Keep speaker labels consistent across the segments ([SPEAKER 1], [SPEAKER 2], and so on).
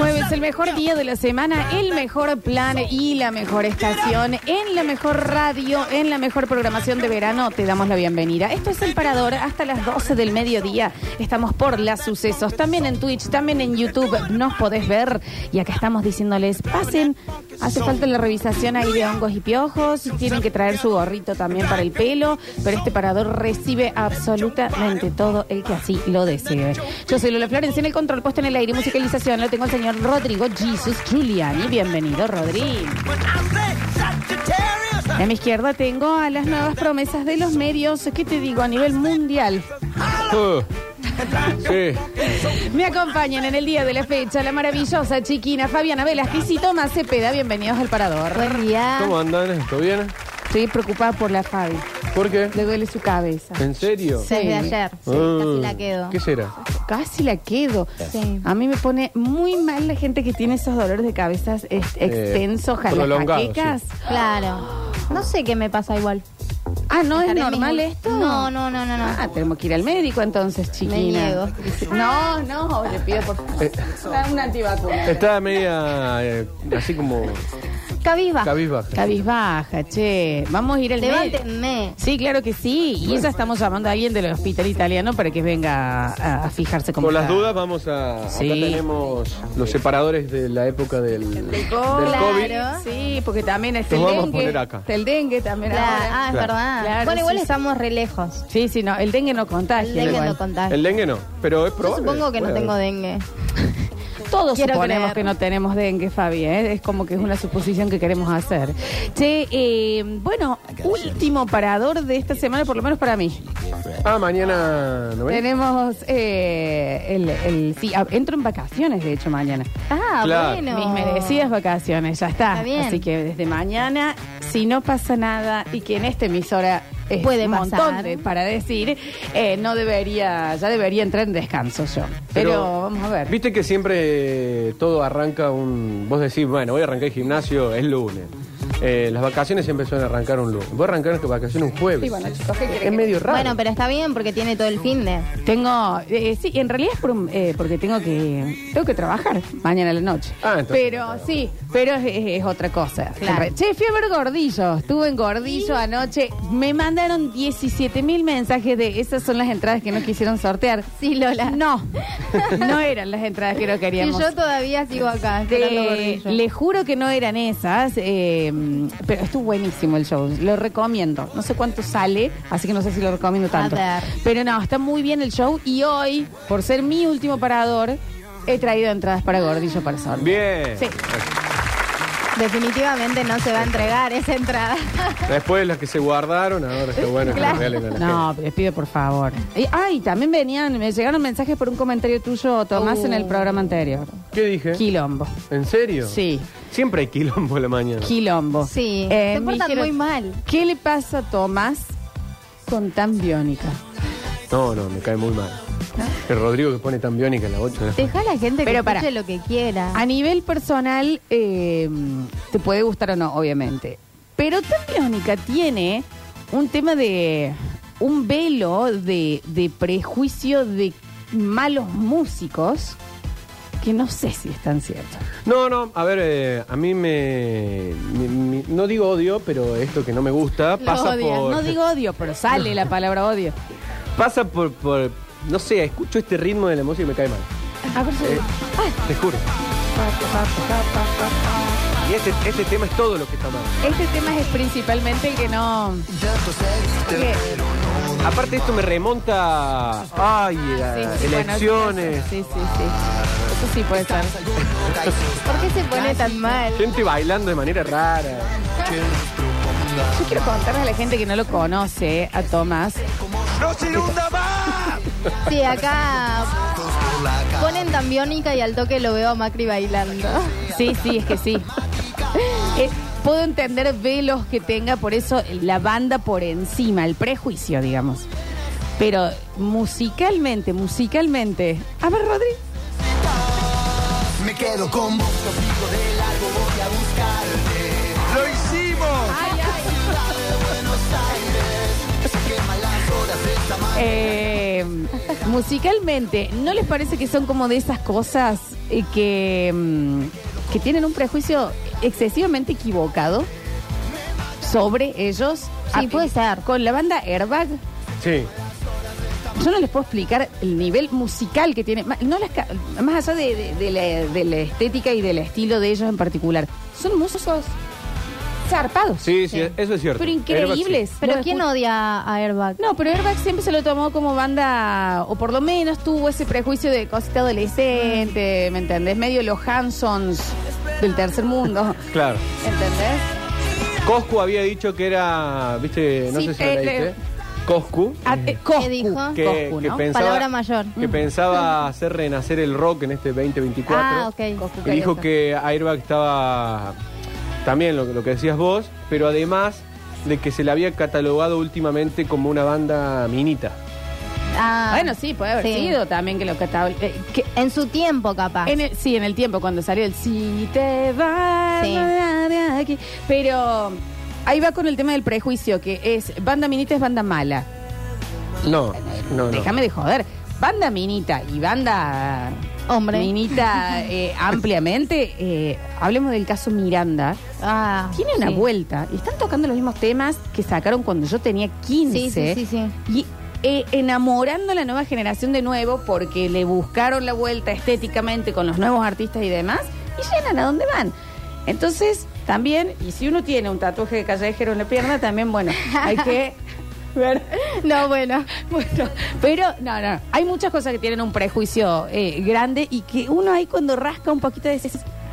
[SPEAKER 1] Es el mejor día de la semana, el mejor plan y la mejor estación en la mejor radio, en la mejor programación de verano. Te damos la bienvenida. Esto es El Parador hasta las 12 del mediodía. Estamos por las sucesos, también en Twitch, también en YouTube. Nos podés ver y acá estamos diciéndoles, pasen. Hace falta la revisación ahí de hongos y piojos. Tienen que traer su gorrito también para el pelo, pero este parador recibe absolutamente todo el que así lo desee. Yo soy Lola Florencia en el control puesto en el aire y musicalización. Lo tengo el señor Rodrigo Jesus Giuliani. Bienvenido, Rodrigo. A mi izquierda tengo a las nuevas promesas de los medios, ¿qué te digo? A nivel mundial.
[SPEAKER 2] Uh, sí,
[SPEAKER 1] Me acompañan en el día de la fecha la maravillosa chiquina Fabiana Velázquez y Tomás Cepeda. Bienvenidos al Parador.
[SPEAKER 3] Buen día.
[SPEAKER 2] ¿cómo andan? ¿Todo bien?
[SPEAKER 1] Estoy preocupada por la Fabi.
[SPEAKER 2] ¿Por qué?
[SPEAKER 1] Le duele su cabeza.
[SPEAKER 2] ¿En serio?
[SPEAKER 1] Sí.
[SPEAKER 3] Desde ayer. Sí,
[SPEAKER 2] Ah,
[SPEAKER 3] casi la quedo.
[SPEAKER 2] ¿Qué será?
[SPEAKER 1] Casi la quedo.
[SPEAKER 3] Sí.
[SPEAKER 1] A mí me pone muy mal la gente que tiene esos dolores de cabeza es-
[SPEAKER 2] Eh,
[SPEAKER 1] extensos,
[SPEAKER 2] prolongados,
[SPEAKER 1] jalacaquecas.
[SPEAKER 3] Claro. No sé qué me pasa igual.
[SPEAKER 1] Ah, ¿no es
[SPEAKER 3] Estaré en
[SPEAKER 1] normal
[SPEAKER 3] mis-
[SPEAKER 1] esto?
[SPEAKER 3] No, no, no, no, no.
[SPEAKER 1] Ah, tenemos que ir al médico entonces, chiquina.
[SPEAKER 3] Me niego.
[SPEAKER 1] No, no, le pido por favor.
[SPEAKER 2] Eh.
[SPEAKER 1] Dame Una antivacuna.
[SPEAKER 2] Está media eh, así como
[SPEAKER 3] Cabizba.
[SPEAKER 2] cabizbaja.
[SPEAKER 1] Ah, Cabizbaja, che. Vamos a ir al médico.
[SPEAKER 3] Levántenme.
[SPEAKER 1] Sí, claro que sí. Y ya estamos llamando a alguien del hospital italiano para que venga a, a fijarse cómo
[SPEAKER 2] Por las
[SPEAKER 1] está.
[SPEAKER 2] dudas vamos a...
[SPEAKER 1] Sí.
[SPEAKER 2] Acá tenemos los separadores de la época del, del COVID.
[SPEAKER 3] Claro.
[SPEAKER 1] Sí, porque también es
[SPEAKER 2] Los
[SPEAKER 1] el
[SPEAKER 2] vamos a
[SPEAKER 1] dengue.
[SPEAKER 2] poner acá.
[SPEAKER 1] Está el dengue también.
[SPEAKER 3] Claro.
[SPEAKER 1] ahora.
[SPEAKER 3] Ah, es
[SPEAKER 2] Claro.
[SPEAKER 3] verdad.
[SPEAKER 1] Claro,
[SPEAKER 3] bueno, igual
[SPEAKER 1] sí, Ah, sí.
[SPEAKER 3] estamos re lejos.
[SPEAKER 1] Sí, sí, no. El dengue no contagia.
[SPEAKER 3] El dengue
[SPEAKER 1] igual.
[SPEAKER 3] no contagia.
[SPEAKER 2] El dengue no, pero es
[SPEAKER 3] Yo
[SPEAKER 2] probable.
[SPEAKER 3] supongo que no
[SPEAKER 2] Puede
[SPEAKER 3] tengo
[SPEAKER 2] haber.
[SPEAKER 3] dengue.
[SPEAKER 1] Todos
[SPEAKER 3] Quiero
[SPEAKER 1] suponemos
[SPEAKER 3] creer.
[SPEAKER 1] que no tenemos dengue, Fabi. ¿eh? Es como que es una suposición que queremos hacer. Che, eh, bueno, último parador de esta semana, por lo menos para mí.
[SPEAKER 2] Ah, mañana... ¿no ven?
[SPEAKER 1] Tenemos eh, el, el- Sí, ah, entro en vacaciones, de hecho, mañana.
[SPEAKER 3] Ah,
[SPEAKER 2] Claro.
[SPEAKER 3] bueno.
[SPEAKER 1] Mis merecidas vacaciones, ya está.
[SPEAKER 3] Está bien.
[SPEAKER 1] Así que desde mañana, si no pasa nada y que en esta emisora es
[SPEAKER 3] Puede
[SPEAKER 1] un montón
[SPEAKER 3] pasar.
[SPEAKER 1] de- para decir, eh, no debería, ya debería entrar en descanso yo. Pero, vamos a ver.
[SPEAKER 2] Viste que siempre todo arranca un... Vos decís, bueno, voy a arrancar el gimnasio, es lunes. Eh, las vacaciones siempre suelen arrancar un lunes. Vos arrancar las vacaciones un jueves.
[SPEAKER 1] Sí, bueno, chicos, ¿qué querés
[SPEAKER 2] es
[SPEAKER 1] que-
[SPEAKER 2] medio raro.
[SPEAKER 3] Bueno, pero está bien porque tiene todo el fin de.
[SPEAKER 1] Tengo, eh, sí, en realidad es por un- eh, porque tengo que tengo que trabajar mañana a la noche.
[SPEAKER 2] Ah, entonces
[SPEAKER 1] pero sí, pero es, es- es otra cosa.
[SPEAKER 3] Claro.
[SPEAKER 1] En re- Che, fui a ver Gordillo, estuve en Gordillo anoche, me mandaron 17 mil mensajes de esas son las entradas que no quisieron sortear.
[SPEAKER 3] Sí, Lola.
[SPEAKER 1] No, no eran las entradas que no
[SPEAKER 3] Y
[SPEAKER 1] queríamos.
[SPEAKER 3] yo todavía sigo acá.
[SPEAKER 1] Te-
[SPEAKER 3] esperando gordillo.
[SPEAKER 1] le juro que no eran esas, eh, pero estuvo buenísimo el show, lo recomiendo. No sé cuánto sale, así que no sé si lo recomiendo tanto.
[SPEAKER 3] ver.
[SPEAKER 1] Pero no, está muy bien el show y hoy, por ser mi último parador, he traído entradas para Gordillo para sorteo.
[SPEAKER 2] Bien.
[SPEAKER 1] Sí.
[SPEAKER 3] Definitivamente no se va a entregar esa entrada.
[SPEAKER 2] Después las que se guardaron, ahora qué bueno que
[SPEAKER 3] Claro.
[SPEAKER 2] las regalen a la
[SPEAKER 1] No, les pido por favor. Y, ay, también venían, me llegaron mensajes por un comentario tuyo, Tomás,
[SPEAKER 3] Uh.
[SPEAKER 1] en el programa anterior.
[SPEAKER 2] gente. ¿Qué dije?
[SPEAKER 1] Quilombo.
[SPEAKER 2] ¿En serio?
[SPEAKER 1] Sí.
[SPEAKER 2] Siempre hay quilombo a la mañana.
[SPEAKER 1] Quilombo.
[SPEAKER 3] Sí,
[SPEAKER 1] Eh,
[SPEAKER 3] se
[SPEAKER 1] me
[SPEAKER 3] portan
[SPEAKER 1] dijeron,
[SPEAKER 3] muy mal.
[SPEAKER 1] ¿Qué le pasa a Tomás con tan biónica?
[SPEAKER 2] No, no, me cae muy mal. El Rodrigo que pone tan biónica en la 8.
[SPEAKER 3] Deja a la gente que
[SPEAKER 1] Pero
[SPEAKER 3] escuche
[SPEAKER 1] pará.
[SPEAKER 3] lo que quiera.
[SPEAKER 1] A nivel personal, eh, te puede gustar o no, obviamente. Pero Tapionica tiene un tema de. un velo de, de prejuicio de malos músicos que no sé si es tan cierto.
[SPEAKER 2] No, no, a ver, eh, a mí me, mi- mi- No digo odio, pero esto que no me gusta
[SPEAKER 1] Lo
[SPEAKER 2] pasa
[SPEAKER 1] odian.
[SPEAKER 2] por.
[SPEAKER 1] No digo odio, pero sale la palabra odio.
[SPEAKER 2] Pasa por, por. No sé, escucho este ritmo de la música y me cae mal.
[SPEAKER 1] A ver si-
[SPEAKER 2] Eh, Te juro. Y este, este tema es todo lo que está mal.
[SPEAKER 1] Este tema es principalmente el que no. que-
[SPEAKER 2] Aparte, esto me remonta. Ay, a
[SPEAKER 1] Ah, sí, sí, bueno,
[SPEAKER 2] elecciones.
[SPEAKER 1] sí, sí, sí. Eso sí puede ser.
[SPEAKER 3] ¿Por qué se pone tan mal?
[SPEAKER 2] Gente bailando de manera rara.
[SPEAKER 1] Yo quiero contarle a la gente que no lo conoce, a Tomás.
[SPEAKER 4] ¡No se inunda más!
[SPEAKER 3] Sí, acá ponen tan biónica y al toque lo veo a Macri bailando.
[SPEAKER 1] Sí, sí, es que sí. Eh, puedo entender velos que tenga, por eso la banda por encima, el prejuicio, digamos. Pero musicalmente, musicalmente. A ver, Rodri.
[SPEAKER 4] Me quedo con vos, conmigo de largo voy a buscarte. ¡Lo hicimos!
[SPEAKER 1] Eh, musicalmente, ¿no les parece que son como de esas cosas eh, que, mm, que tienen un prejuicio excesivamente equivocado sobre ellos.
[SPEAKER 3] Sí, puede ser.
[SPEAKER 1] Con la banda Airbag,
[SPEAKER 2] Sí.
[SPEAKER 1] yo no les puedo explicar el nivel musical que tiene. Ma- No las ca- más allá de, de- de la, de la estética y del estilo de ellos en particular. Son músicos zarpados.
[SPEAKER 2] Sí, sí, eso es cierto.
[SPEAKER 1] Pero
[SPEAKER 2] Airbag, sí.
[SPEAKER 1] increíbles.
[SPEAKER 3] Pero
[SPEAKER 1] Los
[SPEAKER 3] ¿quién
[SPEAKER 1] escucho-
[SPEAKER 3] odia a Airbag?
[SPEAKER 1] No, pero Airbag siempre se lo tomó como banda, o por lo menos tuvo ese prejuicio de cosita adolescente, ¿me entendés? Medio los Hansons del tercer mundo,
[SPEAKER 2] Claro.
[SPEAKER 1] ¿entendés?
[SPEAKER 2] Coscu había dicho que era, viste, no
[SPEAKER 1] Sí,
[SPEAKER 2] sé si lo
[SPEAKER 1] eh,
[SPEAKER 2] leíste.
[SPEAKER 1] le-
[SPEAKER 2] Coscu.
[SPEAKER 1] Ah, eh, Coscu,
[SPEAKER 3] ¿Qué dijo?
[SPEAKER 2] Que,
[SPEAKER 1] Coscu,
[SPEAKER 2] que
[SPEAKER 1] ¿no?
[SPEAKER 2] pensaba,
[SPEAKER 3] Palabra mayor.
[SPEAKER 2] Que
[SPEAKER 3] Mm.
[SPEAKER 2] pensaba hacer renacer el rock en este 2024.
[SPEAKER 3] Ah, ok.
[SPEAKER 1] Coscu
[SPEAKER 2] Y dijo
[SPEAKER 1] Carioca.
[SPEAKER 2] que Airbag estaba también lo, lo que decías vos, pero además de que se la había catalogado últimamente como una banda minita.
[SPEAKER 3] Ah,
[SPEAKER 1] Bueno, sí, puede haber
[SPEAKER 3] sí.
[SPEAKER 1] sido también que lo que estaba... eh, que
[SPEAKER 3] En su tiempo, capaz.
[SPEAKER 1] en el- sí, en el tiempo, cuando salió el Si te vas
[SPEAKER 3] Sí.
[SPEAKER 1] de aquí. Pero ahí va con el tema del prejuicio, que es banda minita es banda mala.
[SPEAKER 2] No, no, no.
[SPEAKER 1] Déjame de joder. Banda minita y banda
[SPEAKER 3] Hombre.
[SPEAKER 1] minita eh, ampliamente, eh, hablemos del caso Miranda.
[SPEAKER 3] Ah,
[SPEAKER 1] Tiene una
[SPEAKER 3] sí.
[SPEAKER 1] vuelta y están tocando los mismos temas que sacaron cuando yo tenía 15.
[SPEAKER 3] Sí, sí, sí, sí.
[SPEAKER 1] Y eh, enamorando a la nueva generación de nuevo porque le buscaron la vuelta estéticamente con los nuevos artistas y demás y llenan a dónde van. Entonces, también, y si uno tiene un tatuaje de callejero en la pierna, también, bueno, hay que ver.
[SPEAKER 3] No, bueno.
[SPEAKER 1] Bueno, pero no, no, hay muchas cosas que tienen un prejuicio eh, grande y que uno ahí cuando rasca un poquito dice,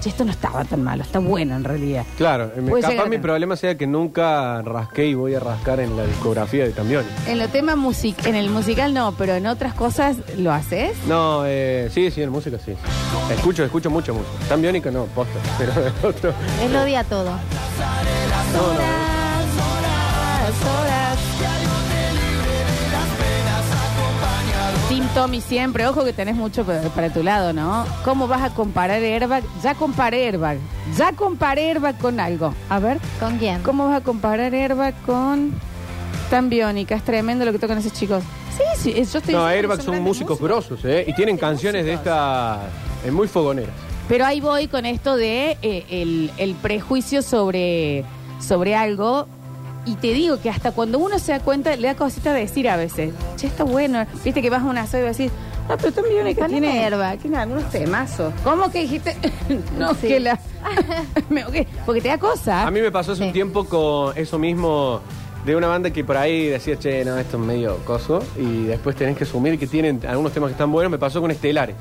[SPEAKER 1] "Che, esto no estaba tan malo, está bueno en realidad.
[SPEAKER 2] Claro, eh, me-
[SPEAKER 1] Puede llegar
[SPEAKER 2] capaz
[SPEAKER 1] a
[SPEAKER 2] mi
[SPEAKER 1] tener.
[SPEAKER 2] problema sea que nunca rasqué y voy a rascar en la discografía de Tambioni.
[SPEAKER 1] En lo tema music, en el musical no, pero en otras cosas lo haces.
[SPEAKER 2] No, eh, sí, sí, en música sí. Escucho, escucho mucha música. Tan biónica no, posta. Pero el otro.
[SPEAKER 3] Él odia todo.
[SPEAKER 2] No, no.
[SPEAKER 1] Tim Tommy siempre, ojo que tenés mucho pa- para tu lado, ¿no? ¿Cómo vas a comparar airbag? Ya comparé airbag. Ya comparé airbag con algo. A ver,
[SPEAKER 3] ¿Con quién?
[SPEAKER 1] ¿cómo vas a comparar airbag con tan biónica? Es tremendo lo que tocan esos chicos. Sí, sí, es- yo estoy diciendo
[SPEAKER 2] No,
[SPEAKER 1] que
[SPEAKER 2] Airbag son
[SPEAKER 1] grandes
[SPEAKER 2] músicos grosos, ¿eh? Y tienen canciones de estas eh, muy fogoneras.
[SPEAKER 1] Pero ahí voy con esto de eh, el, el prejuicio sobre, sobre algo. Y te digo que hasta cuando uno se da cuenta, le da cosita de decir a veces. Che, está bueno. Viste que vas a una asado y vas a decir, ah, pero también hay que
[SPEAKER 3] Poneme
[SPEAKER 1] tiene
[SPEAKER 3] Airbag.
[SPEAKER 1] tiene algunos temazos. ¿Cómo que dijiste? no,
[SPEAKER 3] Sí.
[SPEAKER 1] que la. Me ahogué. Porque te da cosa.
[SPEAKER 2] A mí me pasó hace un
[SPEAKER 3] Sí.
[SPEAKER 2] tiempo con eso mismo de una banda que por ahí decía, che, no, esto es medio coso. Y después tenés que asumir que tienen algunos temas que están buenos. Me pasó con Estelares.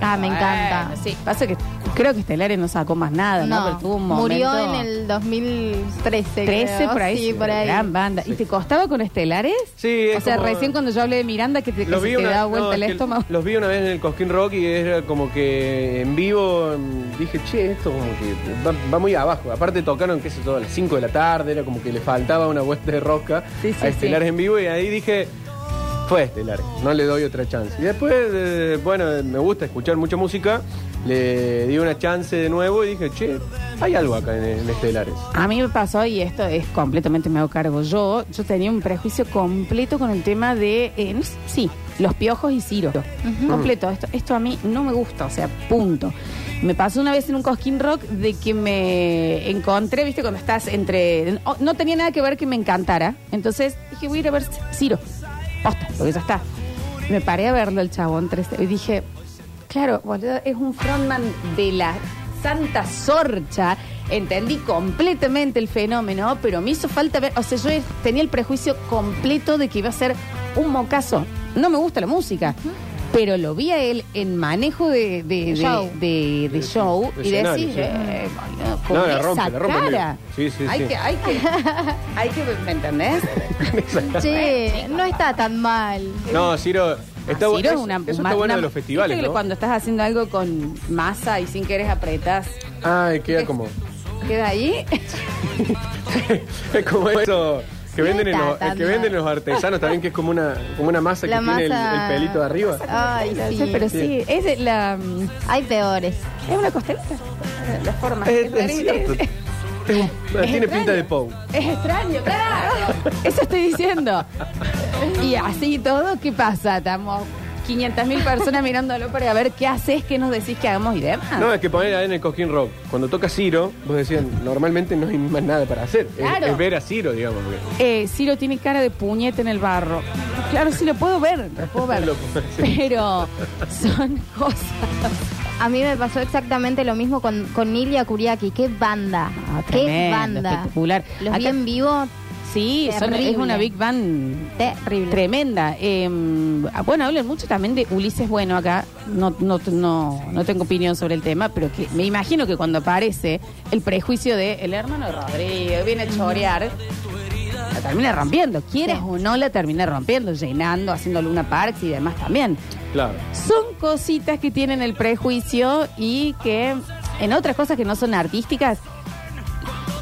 [SPEAKER 3] Ah, me encanta.
[SPEAKER 1] Bueno, sí. Pasa que creo que Estelares no sacó más nada, ¿no? Pero tuvo un
[SPEAKER 3] murió en
[SPEAKER 1] momento-
[SPEAKER 3] el
[SPEAKER 1] 13
[SPEAKER 3] 2013. creo.
[SPEAKER 1] por ahí.
[SPEAKER 3] Sí, por ahí.
[SPEAKER 1] Gran banda. ¿Y te costaba con Estelares?
[SPEAKER 2] Sí, es
[SPEAKER 1] O sea,
[SPEAKER 2] como-
[SPEAKER 1] recién cuando yo hablé de Miranda, que te, que
[SPEAKER 2] Los
[SPEAKER 1] se
[SPEAKER 2] vi
[SPEAKER 1] te
[SPEAKER 2] una-
[SPEAKER 1] da
[SPEAKER 2] no,
[SPEAKER 1] vuelta
[SPEAKER 2] es
[SPEAKER 1] el
[SPEAKER 2] que
[SPEAKER 1] estómago.
[SPEAKER 2] Los vi una vez en el Cosquín Rock y era como que en vivo mm, dije, che, esto como que va, va muy abajo. Aparte tocaron, qué sé yo, a las 5 de la tarde, era como que le faltaba una vuelta de rosca
[SPEAKER 1] Sí, sí,
[SPEAKER 2] a Estelares en vivo y ahí dije, fue Estelares, no le doy otra chance. Y después, eh, bueno, eh, me gusta escuchar mucha música, le di una chance de nuevo y dije, che, hay algo acá en, en Estelares.
[SPEAKER 1] A mí me pasó, y esto es completamente me hago cargo yo, yo tenía un prejuicio completo con el tema de, eh, no sé, sí, los piojos y Ciro. Completo, esto, esto a mí no me gusta, o sea, punto. Me pasó una vez en un cosquín rock de que me encontré, viste, cuando estás entre... oh, No tenía nada que ver que me encantara, entonces dije, voy a ir a ver Ciro. Posta, porque ya está. Me paré a verlo el chabón tres- y dije, Claro, boludo, es un frontman de la Santa Sorcha. Entendí completamente el fenómeno, pero me hizo falta ver. O sea, yo es- tenía el prejuicio completo de que iba a ser un mocazo. No me gusta la música. Pero lo vi a él en manejo de, de- de-
[SPEAKER 3] Show.
[SPEAKER 1] de- de
[SPEAKER 2] De-
[SPEAKER 1] show
[SPEAKER 2] de
[SPEAKER 1] y
[SPEAKER 2] escenario,
[SPEAKER 1] decís,
[SPEAKER 2] sí.
[SPEAKER 1] eh, boludo, con
[SPEAKER 2] No, la
[SPEAKER 1] esa
[SPEAKER 2] rompe, la rompe en vivo.
[SPEAKER 1] cara.
[SPEAKER 2] Sí, sí,
[SPEAKER 1] hay
[SPEAKER 2] sí.
[SPEAKER 1] Que, hay que, hay que, ¿me entendés?
[SPEAKER 3] Che, no está tan mal.
[SPEAKER 2] No, Ciro, está,
[SPEAKER 1] Ah,
[SPEAKER 2] bu-
[SPEAKER 1] Ciro es
[SPEAKER 2] es-
[SPEAKER 1] una-
[SPEAKER 2] eso
[SPEAKER 1] una-
[SPEAKER 2] está bueno
[SPEAKER 1] una-
[SPEAKER 2] de los festivales,
[SPEAKER 1] viste que
[SPEAKER 2] ¿no?
[SPEAKER 1] Cuando estás haciendo algo con masa y sin que eres apretás.
[SPEAKER 2] Ay, queda como...
[SPEAKER 1] Queda ahí.
[SPEAKER 2] es como eso que
[SPEAKER 3] No
[SPEAKER 2] venden, en
[SPEAKER 3] está
[SPEAKER 2] los,
[SPEAKER 3] tan
[SPEAKER 2] que venden
[SPEAKER 3] mal.
[SPEAKER 2] los artesanos también, que es como una, como una masa
[SPEAKER 3] La
[SPEAKER 2] que tiene el-
[SPEAKER 3] masa-
[SPEAKER 2] el, pelito de arriba.
[SPEAKER 3] Ay, sí.
[SPEAKER 1] pero sí, es de la.
[SPEAKER 3] Hay peores.
[SPEAKER 1] Es una costelita. La forma.
[SPEAKER 2] Es, es
[SPEAKER 1] rarísimo.
[SPEAKER 2] cierto. Es un- tiene
[SPEAKER 1] extraño.
[SPEAKER 2] pinta de Pou.
[SPEAKER 1] Es extraño, claro. Eso estoy diciendo. Y así todo, ¿qué pasa? Estamos 500.000 personas mirándolo para ver qué haces, qué nos decís que hagamos y
[SPEAKER 3] Ah.
[SPEAKER 1] demás.
[SPEAKER 2] No, es que poner ahí en el cojín rock. Cuando toca Ciro, vos decías, normalmente no hay más nada para hacer. Es-
[SPEAKER 1] Claro.
[SPEAKER 2] Es, ver a Ciro, digamos. porque-
[SPEAKER 1] Eh, Ciro tiene cara de puñete en el barro. Claro, sí lo puedo ver, lo puedo ver.
[SPEAKER 2] Lo puedo ver.
[SPEAKER 1] Pero son cosas.
[SPEAKER 3] A mí me pasó exactamente lo mismo con, con Nilia Kuriaki. ¡Qué banda!
[SPEAKER 1] Ah,
[SPEAKER 3] ¡Qué
[SPEAKER 1] tremendo,
[SPEAKER 3] banda!
[SPEAKER 1] espectacular.
[SPEAKER 3] Los
[SPEAKER 1] Acá-
[SPEAKER 3] vi en vivo,
[SPEAKER 1] Sí, son- es
[SPEAKER 3] Terrible.
[SPEAKER 1] una Big Band
[SPEAKER 3] terrible.
[SPEAKER 1] tremenda. Eh, ah, bueno, hablan mucho también de Ulises Bueno acá. No, no, no, no tengo opinión sobre el tema, pero que me imagino que cuando aparece el prejuicio de el hermano de Rodríguez viene a chorear. La termina rompiendo, quieres
[SPEAKER 3] Sí.
[SPEAKER 1] o no la termina rompiendo, llenando, haciendo Luna Parks y demás también.
[SPEAKER 2] Claro.
[SPEAKER 1] Son cositas que tienen el prejuicio y que en otras cosas que no son artísticas,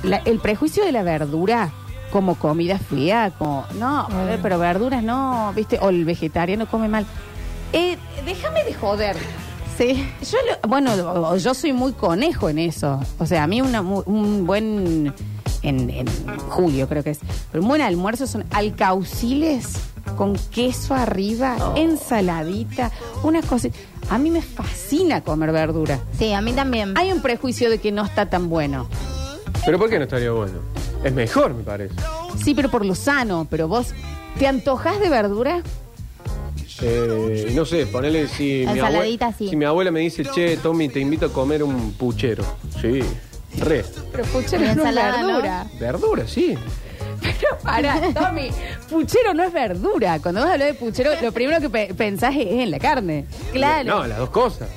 [SPEAKER 1] la- el prejuicio de la verdura como comida fría, como, no, eh, pero verduras no, viste, o el vegetariano come mal. Eh, déjame de joder.
[SPEAKER 3] Sí.
[SPEAKER 1] Yo, lo- bueno, o- yo soy muy conejo en eso. O sea, a mí una mu- un buen, en, en julio creo que es, pero un buen almuerzo son alcauciles con queso arriba,
[SPEAKER 3] Oh.
[SPEAKER 1] ensaladita, unas cosas. A mí me fascina comer verdura.
[SPEAKER 3] Sí, a mí también.
[SPEAKER 1] Hay un prejuicio de que no está tan bueno.
[SPEAKER 2] Pero ¿por qué no estaría bueno? Es mejor, me parece.
[SPEAKER 1] Sí, pero por lo sano, pero vos, ¿te antojas de verdura?
[SPEAKER 2] Eh, no sé, ponele si mi,
[SPEAKER 3] Ensaladita,
[SPEAKER 2] abue-
[SPEAKER 3] sí.
[SPEAKER 2] si mi abuela me dice, che, Tommy, te invito a comer un puchero. Sí, re.
[SPEAKER 1] Pero puchero
[SPEAKER 3] Una
[SPEAKER 1] no es
[SPEAKER 3] ensalada, ¿no?
[SPEAKER 1] verdura.
[SPEAKER 2] Verdura, sí.
[SPEAKER 1] Pero para, Tommy, puchero no es verdura. Cuando vas a hablar de puchero, lo primero que pe- pensás es en la carne.
[SPEAKER 3] Claro.
[SPEAKER 2] No, las dos cosas.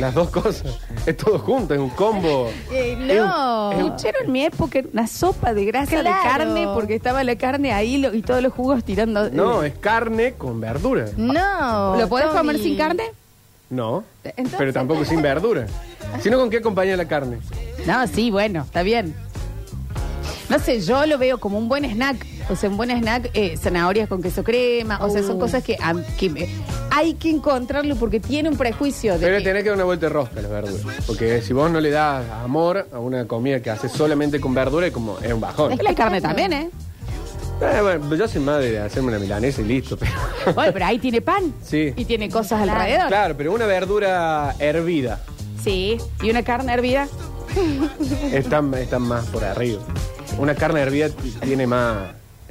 [SPEAKER 2] Las dos cosas. Es todo junto, es un combo.
[SPEAKER 3] Eh,
[SPEAKER 2] Es un-
[SPEAKER 3] no.
[SPEAKER 2] es un-
[SPEAKER 1] Puchero en mi época era una sopa de grasa
[SPEAKER 3] Claro.
[SPEAKER 1] de carne porque estaba la carne ahí lo- y todos los jugos tirando.
[SPEAKER 2] no, es carne con verdura.
[SPEAKER 3] No.
[SPEAKER 1] ¿Lo podés
[SPEAKER 3] Tommy.
[SPEAKER 1] comer sin carne?
[SPEAKER 2] No,
[SPEAKER 1] Entonces-
[SPEAKER 2] pero tampoco sin verdura. Sino con qué acompaña la carne.
[SPEAKER 1] No, sí, bueno, está bien. No sé, yo lo veo como un buen snack. O sea, un buen snack, eh, zanahorias con queso crema. O sea, son
[SPEAKER 3] Uh.
[SPEAKER 1] cosas que, a- que me- hay que encontrarlo porque tiene un prejuicio. De
[SPEAKER 2] Pero
[SPEAKER 1] que-
[SPEAKER 2] tenés que dar una vuelta de rosca a las verduras. Porque si vos no le das amor a una comida que haces solamente con verdura, es como es un bajón.
[SPEAKER 1] Es que la carne también, ¿eh?
[SPEAKER 2] Eh, bueno, yo soy madre de hacerme una milanesa y listo. Pero...
[SPEAKER 1] Bueno, pero ahí tiene pan.
[SPEAKER 2] Sí.
[SPEAKER 1] Y tiene cosas
[SPEAKER 3] Claro.
[SPEAKER 1] alrededor.
[SPEAKER 2] Claro, pero una verdura hervida
[SPEAKER 1] Sí. Y una carne hervida.
[SPEAKER 2] está, está más por arriba. Una carne hervida tiene más.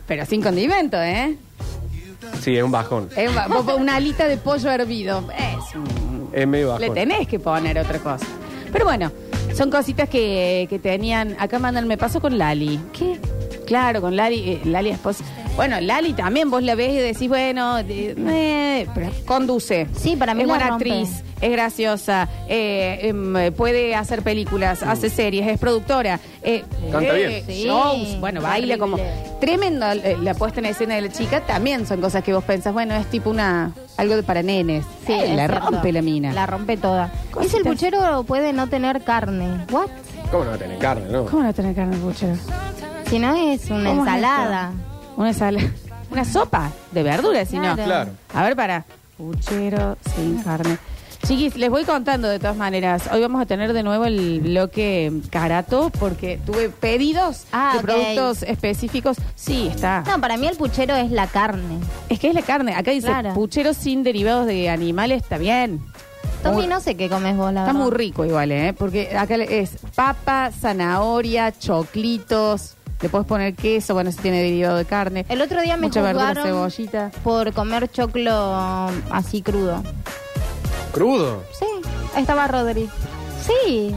[SPEAKER 1] Pero sin condimento, ¿eh?
[SPEAKER 2] Sí, es un bajón.
[SPEAKER 1] Es un ba- vos pon una alita de pollo hervido. Es un-
[SPEAKER 2] Es medio bajón.
[SPEAKER 1] Le tenés que poner otra cosa. Pero bueno, son cositas que, que tenían. Acá mandan, me paso con Lali. ¿Qué? Claro, con Lali, eh, Lali esposa. Bueno, Lali también vos la ves y decís, bueno, de- eh, pero conduce.
[SPEAKER 3] Sí, para mí
[SPEAKER 1] es
[SPEAKER 3] la
[SPEAKER 1] buena
[SPEAKER 3] rompe.
[SPEAKER 1] actriz, es graciosa, eh, em, eh, puede hacer películas, hace series, es productora. eh,
[SPEAKER 2] Mm. Canta
[SPEAKER 1] eh,
[SPEAKER 2] bien.
[SPEAKER 3] Sí,
[SPEAKER 1] Shows, bueno, baila
[SPEAKER 3] horrible.
[SPEAKER 1] como. Tremenda eh, la puesta en escena de la chica, también son cosas que vos pensás, bueno, es tipo una algo de para nenes.
[SPEAKER 3] Sí,
[SPEAKER 1] Eh,
[SPEAKER 3] es
[SPEAKER 1] la
[SPEAKER 3] cierto.
[SPEAKER 1] rompe la mina.
[SPEAKER 3] La rompe toda.
[SPEAKER 1] Cositas.
[SPEAKER 3] Es el puchero puede no tener carne. ¿What?
[SPEAKER 2] ¿Cómo no va a tener carne, no?
[SPEAKER 1] ¿Cómo no tener carne de puchero?
[SPEAKER 3] Si no es una
[SPEAKER 1] ¿Cómo es
[SPEAKER 3] ensalada.
[SPEAKER 1] Una sal- una sopa de verduras, si no.
[SPEAKER 3] Claro.
[SPEAKER 2] Claro.
[SPEAKER 1] A ver, para. Puchero sin carne. Chiquis, les voy contando de todas maneras. Hoy vamos a tener de nuevo el bloque carato porque tuve pedidos
[SPEAKER 3] Ah,
[SPEAKER 1] de
[SPEAKER 3] ok.
[SPEAKER 1] productos específicos. Sí, está.
[SPEAKER 3] No, para mí el puchero es la carne.
[SPEAKER 1] Es que es la carne. Acá dice
[SPEAKER 3] Claro.
[SPEAKER 1] puchero sin derivados de animales, está bien.
[SPEAKER 3] Tommy,
[SPEAKER 1] Muy-
[SPEAKER 3] no sé qué comes vos, la
[SPEAKER 1] Está
[SPEAKER 3] verdad.
[SPEAKER 1] muy rico igual, ¿eh? Porque acá le- es papa, zanahoria, choclitos. Le puedes poner queso, bueno, si tiene derivado de carne.
[SPEAKER 3] El otro día me
[SPEAKER 1] Mucha verdura,
[SPEAKER 3] juzgaron
[SPEAKER 1] cebollita.
[SPEAKER 3] por comer choclo así crudo.
[SPEAKER 2] Crudo.
[SPEAKER 3] Sí, estaba Rodri. Sí.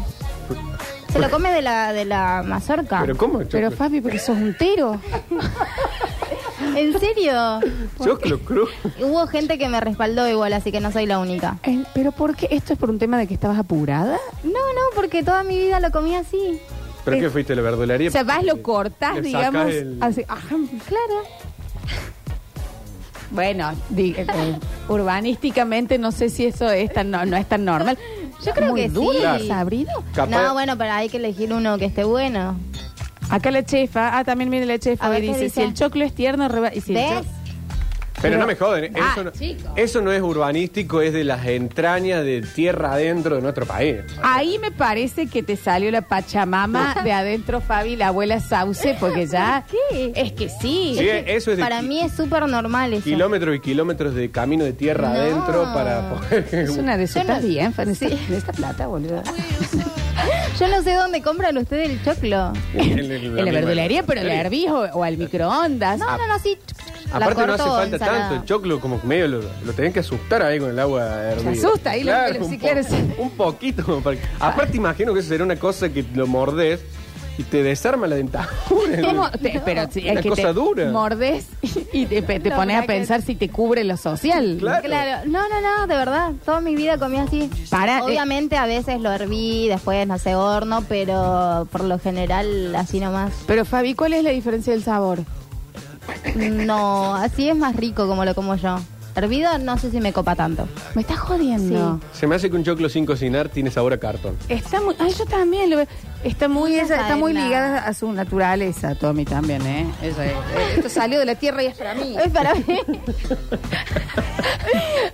[SPEAKER 3] Se lo come de la, de la mazorca.
[SPEAKER 2] Pero ¿cómo?
[SPEAKER 1] Ah, Pero
[SPEAKER 2] Choclo-
[SPEAKER 1] Fabi, porque sos un tero.
[SPEAKER 3] ¿En serio?
[SPEAKER 2] Choclo crudo.
[SPEAKER 3] Hubo gente que me respaldó igual, así que no soy la única.
[SPEAKER 1] Eh, ¿Pero por qué? ¿Esto es por un tema de que estabas apurada?
[SPEAKER 3] No, no, porque toda mi vida lo comí así.
[SPEAKER 2] ¿Pero qué fuiste a la verdulería?
[SPEAKER 1] O sea, vas, lo cortás,
[SPEAKER 2] Le sacás
[SPEAKER 1] digamos.
[SPEAKER 2] el-
[SPEAKER 1] así. Ajá, claro. Bueno, di- eh, eh, urbanísticamente no sé si eso es tan, no, no es tan normal.
[SPEAKER 3] Yo creo
[SPEAKER 1] Muy
[SPEAKER 3] que sí.
[SPEAKER 1] duro,
[SPEAKER 3] Claro.
[SPEAKER 1] desabrido.
[SPEAKER 2] Capaz-
[SPEAKER 3] No, bueno, pero hay que elegir uno que esté bueno.
[SPEAKER 1] Acá la chefa, ah, también viene la chefa
[SPEAKER 3] A
[SPEAKER 1] y
[SPEAKER 3] ver, ¿qué
[SPEAKER 1] dice,
[SPEAKER 3] dice?
[SPEAKER 1] si el choclo es tierno, reba- y si el
[SPEAKER 3] ¿Ves?
[SPEAKER 1] cho-
[SPEAKER 2] Pero no me joden,
[SPEAKER 1] Ah,
[SPEAKER 2] eso, no,
[SPEAKER 1] chicos.
[SPEAKER 2] eso no es urbanístico, es de las entrañas de tierra adentro de nuestro país.
[SPEAKER 1] Ahí me parece que te salió la Pachamama de adentro, Fabi, la abuela Sauce, porque ya.
[SPEAKER 3] ¿Qué?
[SPEAKER 1] Es que sí.
[SPEAKER 2] Sí, eso es de
[SPEAKER 3] Para
[SPEAKER 2] qui-
[SPEAKER 3] mí es súper normal eso.
[SPEAKER 2] kilómetros y kilómetros de camino de tierra
[SPEAKER 3] No.
[SPEAKER 2] adentro para poder...
[SPEAKER 1] Es una de sus.
[SPEAKER 3] Yo no-
[SPEAKER 1] Estás bien, Fabi.
[SPEAKER 3] Sí.
[SPEAKER 1] Necesitas- necesitas plata, boludo.
[SPEAKER 3] Yo no sé dónde compran ustedes el choclo.
[SPEAKER 2] en,
[SPEAKER 1] En la verdulería, pero le hervís o, o al microondas.
[SPEAKER 3] No, no, no, sí. La
[SPEAKER 2] Ah. Aparte no hace
[SPEAKER 3] corto
[SPEAKER 2] falta
[SPEAKER 3] ensalada.
[SPEAKER 2] tanto, el choclo como medio lo, lo tenés que asustar ahí con el agua hervida.
[SPEAKER 1] asusta ahí, lo-
[SPEAKER 2] Claro,
[SPEAKER 1] lo-
[SPEAKER 2] un,
[SPEAKER 1] sí, claro,
[SPEAKER 2] po-
[SPEAKER 1] sí.
[SPEAKER 2] un poquito. como para que- aparte imagino que eso sería una cosa que lo mordés y te desarma la dentadura.
[SPEAKER 1] ¿Cómo te- pero sí, es
[SPEAKER 2] Una
[SPEAKER 1] que
[SPEAKER 2] cosa
[SPEAKER 1] te
[SPEAKER 2] dura.
[SPEAKER 1] mordes y te, pe- te
[SPEAKER 3] Los
[SPEAKER 1] pones a
[SPEAKER 3] brackets.
[SPEAKER 1] pensar si te cubre lo social.
[SPEAKER 2] Claro.
[SPEAKER 3] Claro, no, no, no, de verdad, toda mi vida comí así.
[SPEAKER 1] Para, eh.
[SPEAKER 3] Obviamente a veces lo herví, después no sé horno, pero por lo general así nomás.
[SPEAKER 1] Pero Fabi, ¿cuál es la diferencia del sabor?
[SPEAKER 3] No, así es más rico como lo como yo. Hervido no sé si me copa tanto.
[SPEAKER 1] Me estás jodiendo.
[SPEAKER 2] Se me hace que un choclo sin cocinar tiene sabor a cartón.
[SPEAKER 1] Está muy, ay, yo también lo veo. Está muy,
[SPEAKER 3] Una
[SPEAKER 1] ella está muy
[SPEAKER 3] faena.
[SPEAKER 1] ligada a su naturaleza, Tommy también, ¿eh? Eso es. Esto salió de la tierra y es para mí.
[SPEAKER 3] Es para mí.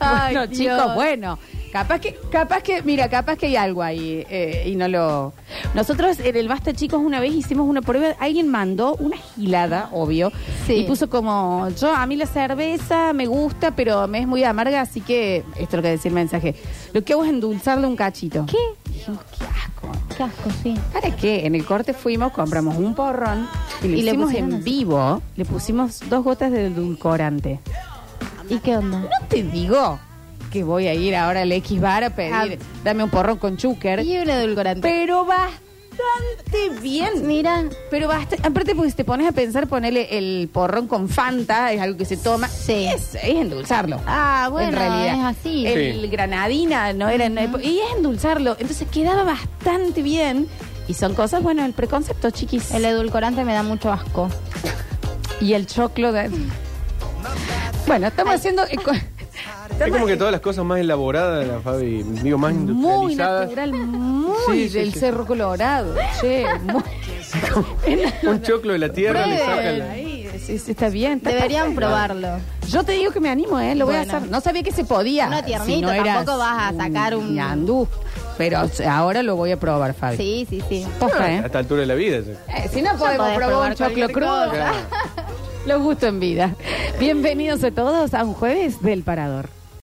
[SPEAKER 3] Ay,
[SPEAKER 1] bueno,
[SPEAKER 3] Dios.
[SPEAKER 1] chicos, bueno. Capaz que, capaz que, mira, capaz que hay algo ahí eh, y no lo. Nosotros en el Basta, chicos, una vez hicimos una prueba. Alguien mandó una gilada, obvio,
[SPEAKER 3] Sí.
[SPEAKER 1] y puso como: Yo, a mí la cerveza me gusta, pero me es muy amarga, así que esto es lo que decía el mensaje. Lo que hago es endulzarle un cachito.
[SPEAKER 3] ¿Qué?
[SPEAKER 1] Dijimos, qué asco.
[SPEAKER 3] Qué asco, sí.
[SPEAKER 1] ¿Para qué? En el corte fuimos, compramos un porrón y lo
[SPEAKER 3] Y le
[SPEAKER 1] hicimos
[SPEAKER 3] pusieron
[SPEAKER 1] en
[SPEAKER 3] así.
[SPEAKER 1] vivo. Le pusimos dos gotas de edulcorante.
[SPEAKER 3] ¿Y qué onda?
[SPEAKER 1] No te digo que voy a ir ahora al X bar a pedir,
[SPEAKER 3] Ah.
[SPEAKER 1] dame un porrón con chúquer.
[SPEAKER 3] Y un edulcorante.
[SPEAKER 1] Pero bastante bien.
[SPEAKER 3] Mira,
[SPEAKER 1] Pero bastante. Aparte, porque si te pones a pensar, ponerle el porrón con Fanta, es algo que se toma.
[SPEAKER 3] Sí.
[SPEAKER 1] Es, es endulzarlo.
[SPEAKER 3] Ah, bueno,
[SPEAKER 1] en realidad.
[SPEAKER 3] es así.
[SPEAKER 1] El
[SPEAKER 2] Sí.
[SPEAKER 1] granadina no era. no- y es endulzarlo. Entonces quedaba bastante bien. Y son cosas, bueno, el preconcepto, chiquis.
[SPEAKER 3] el edulcorante me da mucho asco.
[SPEAKER 1] y el choclo de. Bueno, estamos haciendo.
[SPEAKER 2] Es como que todas las cosas más elaboradas, la Fabi, digo, más
[SPEAKER 1] Muy
[SPEAKER 2] industrializadas.
[SPEAKER 1] natural, muy
[SPEAKER 2] Sí, sí,
[SPEAKER 1] del
[SPEAKER 2] sí.
[SPEAKER 1] Cerro Colorado. Che, muy.
[SPEAKER 2] Un choclo de la tierra le saca el-
[SPEAKER 1] Ahí, sí, sí, está bien. está
[SPEAKER 3] Deberían
[SPEAKER 1] perfecto.
[SPEAKER 3] probarlo.
[SPEAKER 1] Yo te digo que me animo, ¿eh? Lo voy a
[SPEAKER 3] Bueno.
[SPEAKER 1] hacer. No sabía que se podía.
[SPEAKER 3] Una tiernita,
[SPEAKER 1] no eras
[SPEAKER 3] tampoco vas a sacar un-
[SPEAKER 1] ñandú. Pero ahora lo voy a probar, Fabi.
[SPEAKER 3] Sí, sí, sí.
[SPEAKER 1] Posta,
[SPEAKER 2] a
[SPEAKER 1] ¿eh?
[SPEAKER 2] esta altura de la vida. sí.
[SPEAKER 1] Eh, si no
[SPEAKER 3] podés
[SPEAKER 1] podemos probar
[SPEAKER 3] probar
[SPEAKER 1] un choclo
[SPEAKER 3] cualquier
[SPEAKER 1] crudo,
[SPEAKER 3] cosa.
[SPEAKER 1] lo gusto en vida. Bienvenidos a todos a un jueves del Parador.